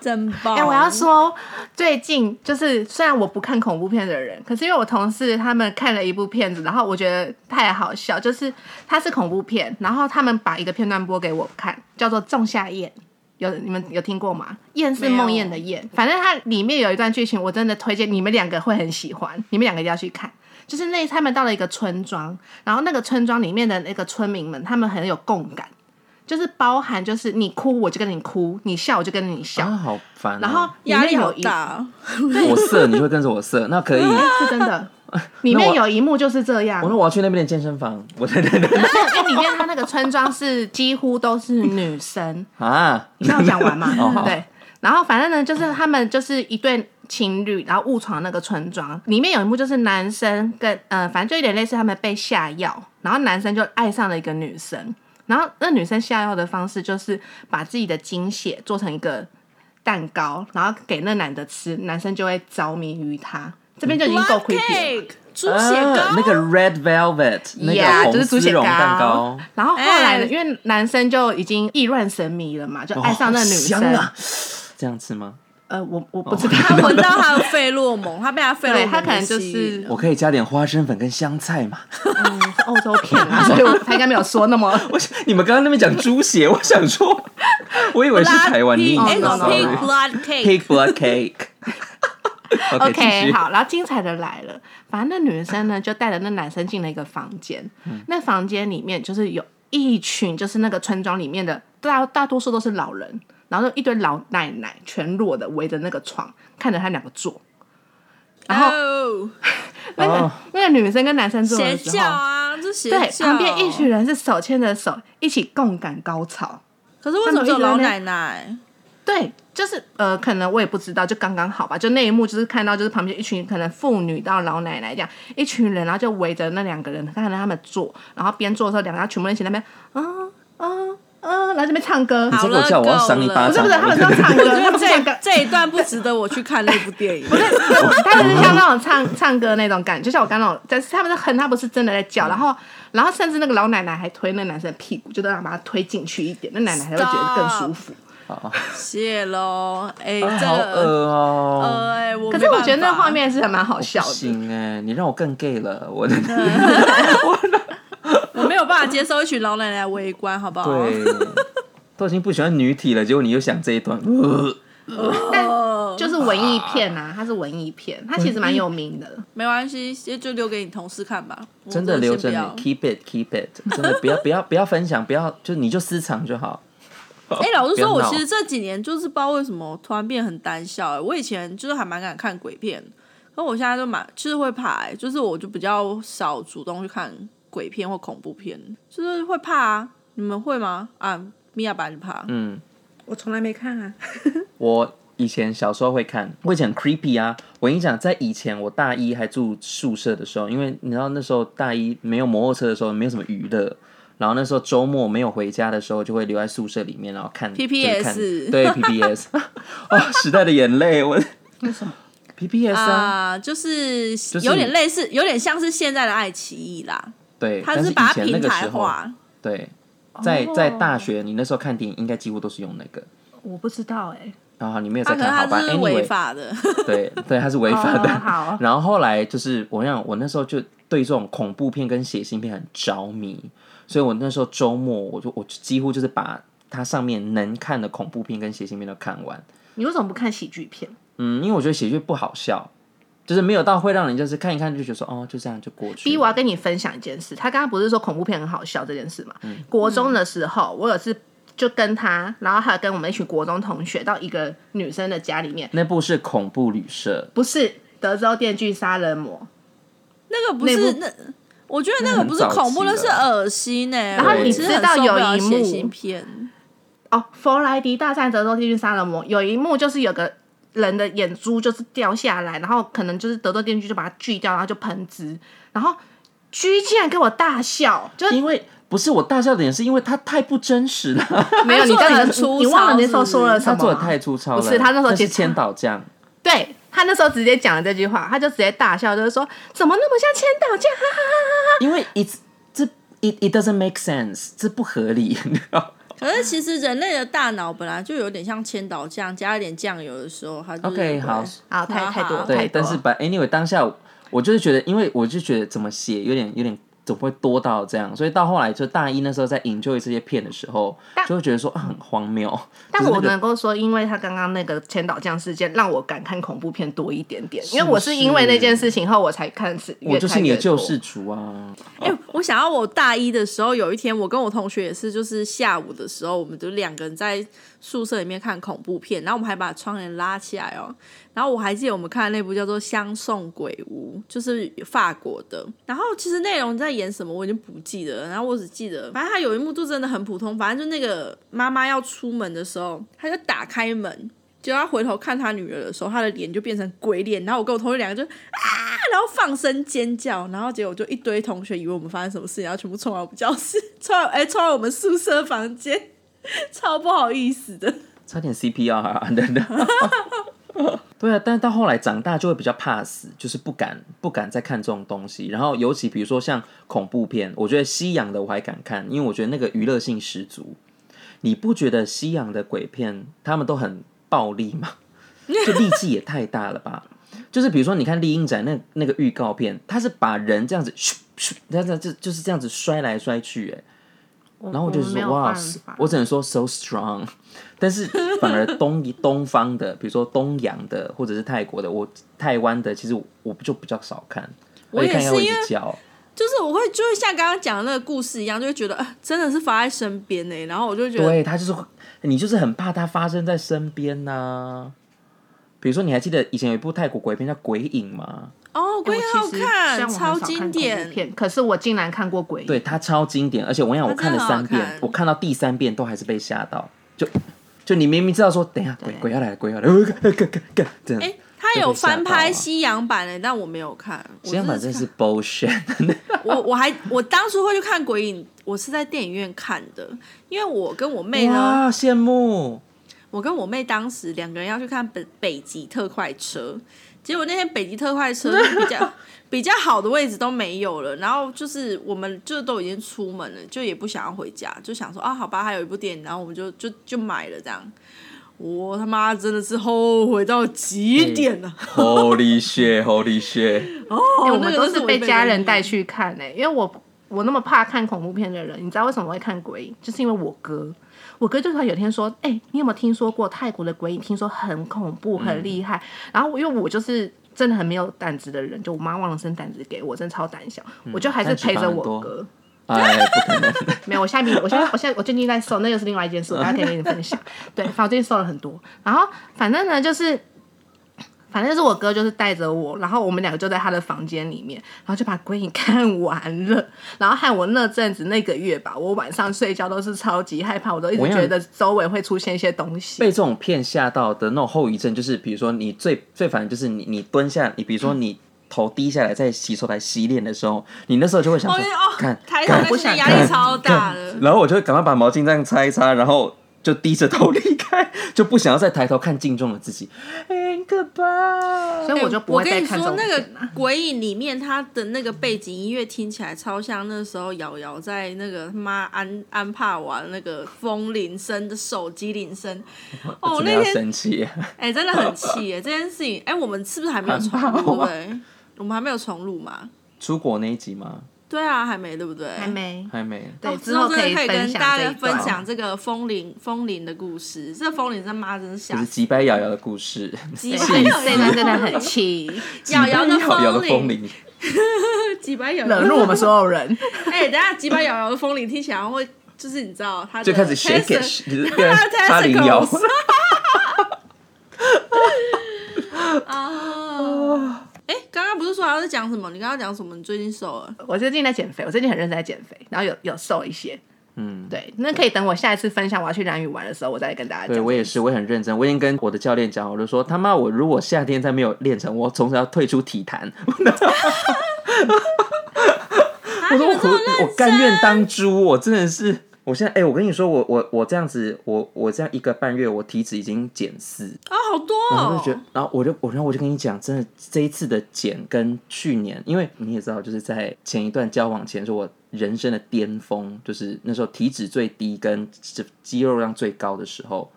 S4: 真棒！
S2: 哎、我要说，最近就是虽然我不看恐怖片的人，可是因为我同事他们看了一部片子，然后我觉得太好笑，就是它是恐怖片，然后他们把一个片段播给我看，叫做《仲夏夜》。有你们有听过吗？燕是
S4: 没有
S2: 梦魇的燕，反正它里面有一段剧情，我真的推荐你们两个会很喜欢，你们两个一定要去看。就是那他们到了一个村庄，然后那个村庄里面的那个村民们，他们很有共感，就是包含就是你哭我就跟你哭，你笑我就跟你笑，
S3: 啊，好烦、哦。
S2: 然后嗯里
S4: 压
S2: 面
S4: 力好
S2: 有一
S4: 大哦、
S3: 我色，你会跟着我色，那可以。
S2: 是真的，里面有一幕就是这样
S3: 我。说我要去那边的健身房， 我在那边
S2: 因为里面它那个村庄是几乎都是女生，
S3: 啊，
S2: 你让我讲完嘛
S3: 哦好，
S2: 对。然后反正呢，就是他们就是一对情侣，然后误闯那个村庄。里面有一幕就是男生跟呃，反正就有点类似他们被下药，然后男生就爱上了一个女生，然后那女生下药的方式就是把自己的精血做成一个蛋糕，然后给那男的吃，男生就会着迷于她。这边就已经够
S4: Love
S2: creepy 了。
S4: cake，猪血糕、
S3: 啊那个 red velvet 那
S2: 呀
S3: 个
S2: 就是
S3: 红
S2: 猪
S3: 丝
S2: 血
S3: 绒蛋
S2: 糕
S3: 糕，
S2: 然后后来呢，
S4: 哎
S2: 因为男生就已经意乱神迷了嘛，就
S3: 哦
S2: 爱上那女
S3: 好香
S2: 生。
S3: 啊，哦这样吃吗？
S2: 呃，我我不知道，
S4: 他 闻到他的费洛蒙，他被他费洛
S2: 对
S4: 蒙
S2: 他可能就
S4: 吸引
S2: 是
S4: 了
S3: 我可以加点花生粉跟香菜嘛？
S2: 嗯是欧洲片 啊，所以我他应该没有说那么。
S3: 我想你们刚刚那边讲猪血，我想说， 我以为是台湾
S4: Blood
S3: 音
S4: pig- 哎
S2: no, no,
S3: ，sorry
S4: pig blood cake，
S3: pig blood cake。继
S2: OK，
S3: 续。
S2: 好，然后精彩的来了，反正那女生呢就带着那男生进了一个房间，
S3: 嗯
S2: 那房间里面就是有一群就是那个村庄里面的大大多数都是老人，然后一堆老奶奶全裸的围着那个床，看着他两个做。然后
S4: 哦
S2: 那个、
S3: 哦
S2: 那个女生跟男生做
S4: 邪
S2: 的时
S4: 教
S2: 候，
S4: 啊，这邪
S2: 对，
S4: 教。
S2: 旁边一群，人是手牵着手一起共感高潮。
S4: 可是为什么只有老奶奶？
S2: 对，就是呃，可能我也不知道，就刚刚好吧。就那一幕，就是看到就是旁边一群可能妇女到老奶奶这样一群人，然后就围着那两个人看着他们做，然后边做的时候，两个人全部人一起在那边啊啊啊，然后这边唱歌
S3: 你。
S4: 好
S3: 这个
S4: 了
S3: 叫我要赏你
S4: 够了
S3: 巴
S2: 不是
S3: 掌
S2: 不是，他
S3: 了。
S2: 们刚唱歌，
S4: 我
S2: 他
S4: 觉得
S2: 们唱歌
S4: 这，这一段不值得我去看那部电影。不是，
S2: 他们是像那种唱唱歌那种感觉，就像我刚刚那种，但是他们是哼，他不是真的在叫，然后然后甚至那个老奶奶还推那男生的屁股，就让他把他推进去一点，那奶奶才会觉得更舒服。
S4: 谢喽，哎，
S3: 啊
S4: 这
S3: 好
S4: 个，
S3: 恶哦。
S4: 呃，哎我
S2: 可是我觉得那
S4: 没办法
S2: 画面是还蛮好笑
S3: 不
S2: 的。
S3: 行哎，你让我更 gay 了，我的
S2: 呃
S4: 我没有办法接受一群老奶奶围观，好不好？
S3: 对，都已经不喜欢女体了，结果你又想这一段， 呃
S4: 哦，
S2: 就是文艺片啊，它是文艺片，它其实蛮有名的。
S4: 没关系，就就留给你同事看吧。我
S3: 真的留着
S4: 先
S3: 你
S4: 不要
S3: ，keep it，keep it，真的不要不要不要分享，不要就你就私藏就好。
S4: 哎、老实
S3: 不要
S4: 说，我
S3: 闹
S4: 其实这几年就是不知道为什么突然变很胆小、哎，我以前就是还蛮敢看鬼片，可我现在就蛮就是会怕、哎就是我就比较少主动去看鬼片或恐怖片，就是会怕啊。你们会吗？啊，米娅吧，你怕？
S3: 嗯，
S2: 我从来没看啊，
S3: 我以前小时候会看，会讲 creepy 啊。我跟你讲，在以前我大一还住宿舍的时候，因为你知道那时候大一没有摩托车的时候，没有什么娱乐。然后那时候周末没有回家的时候，就会留在宿舍里面，然后看
S4: PPS
S3: 就是看对 PPS，哦， 时代的眼泪，我为什么 PPS 啊？
S4: 啊、就是
S3: 是
S4: 有点类似，有点像是现在的爱奇艺啦，
S3: 对，
S4: 他
S3: 但
S4: 把
S3: 以
S4: 它
S3: 前那
S4: 平
S3: 个
S4: 台
S3: 时候，
S4: 化，
S3: 对，在在大
S2: 哦
S3: 学，你那时候看电影应该几乎都是用那个。
S2: 我不知道哎、
S3: 然后你没有
S4: 他
S3: 在
S4: 可能
S3: 看，好吧
S4: 他是违
S3: ？Anyway，
S4: 法的，
S3: 对对，它是违法的。
S2: 哦好
S3: 然后后来就是我让我那时候就对这种恐怖片跟血腥片很着迷，所以我那时候周末我就我几乎就是把它上面能看的恐怖片跟血腥片都看完。
S2: 你为什么不看喜剧片？
S3: 嗯，因为我觉得喜剧不好笑，就是没有到会让人就是看一看就觉得说哦就这样就过去。
S2: 逼我要跟你分享一件事，他刚刚不是说恐怖片很好笑这件事嘛？国中的时候，我有次就跟他，然后还有跟我们一群国中同学到一个女生的家里面，
S3: 那部是恐怖旅社，
S2: 不是德州电锯杀人魔，
S4: 那个不
S2: 那
S4: 是
S2: 部
S4: 那，我觉得那个不是
S3: 那很早
S4: 恐怖，
S3: 期
S4: 那是
S3: 了
S4: 恶心呢、
S2: 然
S3: 后
S4: 我
S3: 你
S4: 其实
S2: 知
S4: 很
S2: 道
S4: 受
S2: 有
S4: 不了
S2: 一
S4: 血
S2: 幕
S4: 腥片，
S2: 哦，弗莱迪大战德州电锯杀人魔有一幕就是有个人的眼珠就是掉下来，然后可能就是德州电锯就把它锯掉，然后就喷汁，然后居竟然给我大笑，就 是
S3: 因为不是我大笑的点是因为它太不真实了，
S2: 没有你
S4: 做
S2: 到底
S4: 得
S2: 你
S4: 粗
S2: 你忘了
S4: 糙
S2: 那时候
S4: 是不
S2: 说
S4: 是
S2: 了什
S3: 他
S2: 么？
S3: 做的太粗糙了。
S2: 不是他那时候
S3: 那
S2: 其
S3: 是
S2: 实
S3: 千岛酱，
S2: 对他那时候直接讲了这句话，他就直接大笑，就是说怎么那么像千岛酱，哈哈哈
S3: 因为 it's 这 it it doesn't make sense，这不合理。 你知道
S4: 可是其实人类的大脑本来就有点像千岛酱，加一点酱油的时候，它就是
S3: OK，
S4: 会
S3: 好
S2: 哈哈哈！啊，太太多了，太
S3: 对，
S2: 多
S3: 但
S2: 了
S3: 是把 anyway 当下我就是觉得，因为我就觉得怎么写有点有点怎么会多到这样，所以到后来就大一那时候在 enjoy 这些片的时候，就会觉得说啊很荒谬。
S2: 但
S3: 就是
S2: 我
S3: 那个
S2: 能够说，因为他刚刚那个千岛酱事件，让我敢看恐怖片多一点点，因为
S3: 是
S2: 我是因为
S3: 是
S2: 那件事情后，我才看是
S3: 我
S2: 越
S3: 就是
S2: 看
S3: 你的
S2: 越
S3: 救
S2: 多
S3: 世主啊！
S4: 哎、我想要我大一的时候，有一天我跟我同学也是，就是下午的时候，我们就两个人在宿舍里面看恐怖片，然后我们还把窗帘拉起来哦。然后我还记得我们看的那部叫做《相送鬼屋》，就是法国的。然后其实内容在演什么我已经不记得了，然后我只记得，反正它有一幕就真的很普通，反正就那个妈妈要出门的时候，她就打开门。结果她回头看她女儿的时候，她的脸就变成鬼脸，然后我跟我同学两个就然后放声尖叫，然后结果就一堆同学以为我们发生什么事，然后全部冲来我们教室， 冲来哎、冲来我们宿舍房间， 超不好意思的。
S3: 差点 CPR 啊，等 等。对啊，但是到后来长大就会比较怕死，就是不敢不敢再看这种东西。然后尤其比如说像恐怖片，我觉得西洋的我还敢看，因为我觉得那个娱乐性十足。你不觉得西洋的鬼片他们都很暴力吗？ 这力气也太大了吧！就是比如说，你看《丽英展》那那个预告片，他是把人这样子咻咻，这样子就就是这样子摔来摔去，哎，
S2: 我
S3: 然后我就
S2: 们
S3: 说
S2: 没有
S3: 哇
S2: 办，法
S3: 我只能说 so strong，但 是反而东东方的，比如说东洋的或者是泰国的，我台湾的其实我就比较少看，
S4: 我也
S3: 哎而且看
S4: 是
S3: 应该会一
S4: 因为
S3: 直叫。
S4: 就是我会就是像刚刚讲的那个故事一样，就会觉得、呃、真的是发在身边呢、然后我就觉得
S3: 对他就是你就是很怕它发生在身边呐、比如说，你还记得以前有一部泰国鬼片叫《鬼影》吗？
S4: 哦，鬼
S2: 我
S4: 也
S2: 其
S4: 好
S2: 实
S4: 看，
S2: 虽然我很
S4: 超
S2: 少看
S4: 经
S2: 恐怖
S4: 典。
S2: 片，可是我竟然看过鬼影。
S3: 对，它超经典，而且我跟你讲，我看了
S4: 它真的
S3: 三
S4: 很好
S3: 遍，
S4: 看
S3: 我看到第三遍都还是被吓到，就就你明明知道说，等一下鬼鬼要来了，鬼要来了， 呃嘎嘎嘎这样。
S4: 哎、他
S3: 就
S4: 有
S3: 被吓
S4: 翻
S3: 到
S4: 拍
S3: 啊
S4: 西洋版的、但我没有看。我
S3: 西洋版
S4: 就
S3: 真
S4: 是
S3: 是 bullshit，
S4: 我我还我当初会去看《鬼影》，我是在电影院看的，因为我跟我妹呢，
S3: 哇，羡慕。
S4: 我跟我妹当时两个人要去看北北极特快车，结果那天北极特快车就比较比较好的位置都没有了，然后就是我们就都已经出门了，就也不想要回家，就想说啊，好吧，还有一部电影，然后我们就就就买了这样。我他妈真的是后悔到
S3: 哎
S4: 极点了、
S3: Holy shit，Holy shit！
S2: 哎
S4: 哦，
S2: 我们都
S4: 是
S2: 是被家人带。去看呢、因为我我那么怕看恐怖片的人，你知道为什么会看鬼影？就是因为我哥，我哥就突然有一天说：“哎、你有没有听说过泰国的鬼影？听说很恐怖，很厉害。然后因为我就是。真的很没有胆子的人，就我妈忘了生胆子给我，真的超胆小，我就还嗯是
S3: 胆子
S2: 陪着
S3: 很
S2: 我
S3: 多
S2: 哥。
S3: 哎，不可能，
S2: 没有，我下面我 现在我现在我最近在瘦，那又是另外一件事，我大家可以跟你分享。对，反正我最近瘦了很多。然后反正呢，就是反正就是我哥就是带着我，然后我们两个就在他的房间里面，然后就把《鬼影》看完了。然后害我那阵子那个月吧，我晚上睡觉都是超级害怕，我都一
S3: 我
S2: 直
S3: 跟你
S2: 觉
S3: 讲
S2: 得周围会出现一些东西
S3: 被。这种骗吓到的那种后遗症，就是比如说你最最烦的就是你你蹲下，你比如说你头低下来在洗手台洗脸的时候，你那时候就会想
S4: 哦
S3: 说，
S4: 哦
S3: 看，
S4: 抬头
S3: 看
S4: 那
S2: 我
S4: 现在
S2: 想
S4: 压力超大的。
S3: 然后我就会赶快把毛巾这样擦一擦，然后就低着头离开，就不想要再抬头看镜中的自己，很可怕。
S2: 所以我就不会再
S4: 哎跟你
S2: 看这种，
S4: 说那
S2: 片
S4: 个
S2: 了、
S4: 《鬼影》里面，它的那个背景音乐听起来超像那时候瑶瑶在那个他妈安安帕瓦那个风铃声的手机 铃声。哦，
S3: 真的
S4: 那
S3: 要
S4: 天
S3: 生气耶，
S4: 哎、真的很气哎，这件事情哎、我们是不是还 没有重录？对不对？我们还没有重录嘛？
S3: 出国那一集吗？
S4: 对啊，还没对不对？
S2: 还。没。
S3: 还没。
S2: 对，
S4: 哦
S2: 之
S4: 后
S2: 后
S4: 真的
S2: 以
S4: 可以
S2: 分
S4: 跟
S2: 享
S4: 大
S2: 这
S4: 家
S2: 一
S4: 分
S2: 段
S4: 享这个风铃风铃的故事。这风铃他妈真是
S3: 就
S4: 吓
S3: 是
S4: 死！
S3: 击败瑶瑶的故事，
S4: 击
S2: 对
S4: 败
S2: 这
S4: 啊瑶
S2: 这段真的
S4: 瑶，
S2: 很 气，
S4: 瑶瑶的
S3: 击败瑶瑶的
S4: 风
S3: 风
S4: 铃，
S3: 铃，
S4: 击败瑶瑶
S2: 惹怒我们所有人。
S4: 哎、等一下击败瑶瑶的风铃听起来会，就是你知道他
S3: 就开始 shake it，
S4: Hanson-
S3: 就是 变成八零摇。
S4: 啊！哎、刚刚不是说要在讲什么？你刚刚讲什么？你最近瘦了？
S2: 我最近在减肥，我最近很认真在减肥，然后有有瘦一些。
S3: 嗯，
S2: 对，那可以等我下一次分享我要去蓝屿玩的时候，我再跟大家讲。
S3: 对我也是，我也很认真，我已经跟我的教练讲好，我就说他妈，我如果夏天再没有练成，我从此要退出体坛。
S4: 啊，
S3: 我
S4: 你
S3: 说我
S4: 们这么认
S3: 我甘愿当猪，我真的是。我现在，哎、我跟你说，我我我这样子，我我这样一个半月，我体脂已经减四，
S4: 啊，好多
S3: 然后我就觉得
S4: 哦！，
S3: 然后我就我然后我就跟你讲，真的这一次的减跟去年，因为你也知道，就是在前一段交往前，是我人生的巅峰，就是那时候体脂最低跟肌肌肉量最高的时候。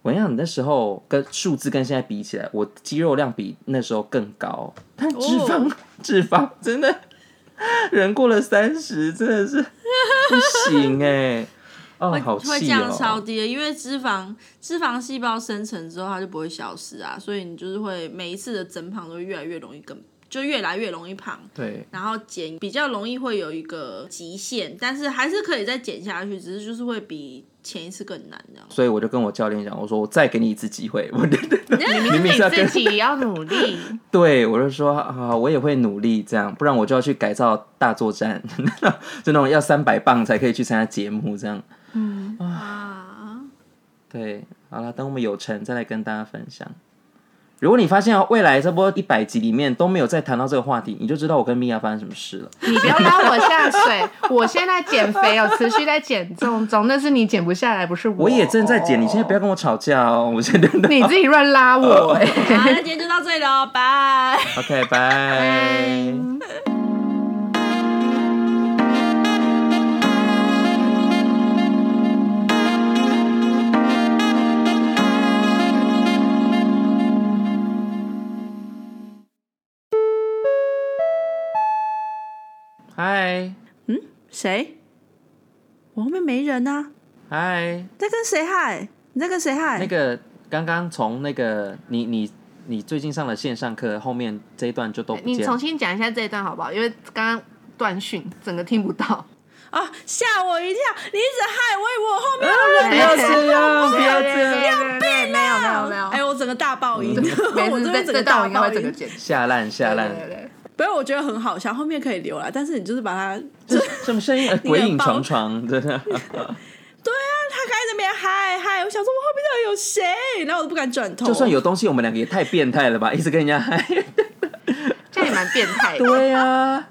S3: 我跟你讲，你那时候跟数字跟现在比起来，我肌肉量比那时候更高，但脂肪、
S4: 哦
S3: 脂肪真的，人过了三十真的是不行哎、哦，好
S4: 会
S3: 气
S4: 降超
S3: 哦！
S4: 低的，因为脂肪脂肪细胞生成之后，它就不会消失啊，所以你就是会每一次的增胖都会越来越容易更，就越来越容易胖。
S3: 对，
S4: 然后减比较容易会有一个极限，但是还是可以再减下去，只是就是会比前一次更难这样。
S3: 所以我就跟我教练讲，我说我再给你一次机会，我真的。
S2: 你
S3: 明明是要跟
S2: 自己也要努力，
S3: 对，我就说啊，我也会努力这样，不然我就要去改造大作战， 就那种要三百磅才可以去参加节目这样。
S4: 啊，
S3: 对，好了，等我们有成再来跟大家分享。如果你发现哦未来这波一百集里面都没有再谈到这个话题，你就知道我跟米娅发生什么事了。
S2: 你不要拉我下水。我现在减肥，有持续在减重中，那是你减不下来，不是我。
S3: 我也正在剪，你现在不要跟我吵架哦，我现在真的
S2: 你自己乱拉我、欸。
S4: 好，那今天就到这里喽，拜。
S3: OK，拜。嗨
S4: 谁？我后面没人啊，
S3: 嗨，
S4: 在跟谁嗨？你在跟谁嗨？
S3: 那个刚刚从那个你你你最近上的线上课后面这一段就都不
S2: 你
S3: 见
S2: 重
S3: 了。
S2: 新讲一下这一段好不好？因为刚刚断讯，整个听不到。
S4: 哦，吓我一跳！你一直嗨，我以为我后面有人。
S3: 不要这样，不要这样。
S2: 对，没有没有没有，
S4: 哎、我整个大爆 音，
S2: 没
S4: 我
S2: 事，这
S4: 这边整
S2: 这
S4: 个
S2: 段我
S4: 大
S2: 应该
S4: 爆
S2: 会整个
S4: 音。
S2: 剪。
S3: 下烂下烂，
S2: 对对对
S4: 不是，我觉得很好笑，后面可以留啦，但是你就是把它，就
S3: 什么声 音？呃
S4: 你
S3: 鬼
S4: 很
S3: 影
S4: 棒
S3: 重重，真的。
S4: 对啊，他开始那边嗨嗨，我想说我后面到底有谁，然后我都不敢转头。
S3: 就算有东西，我们两个也太变态了吧！一直跟人家嗨。
S2: 这样也蛮变态的。
S3: 对呀、啊，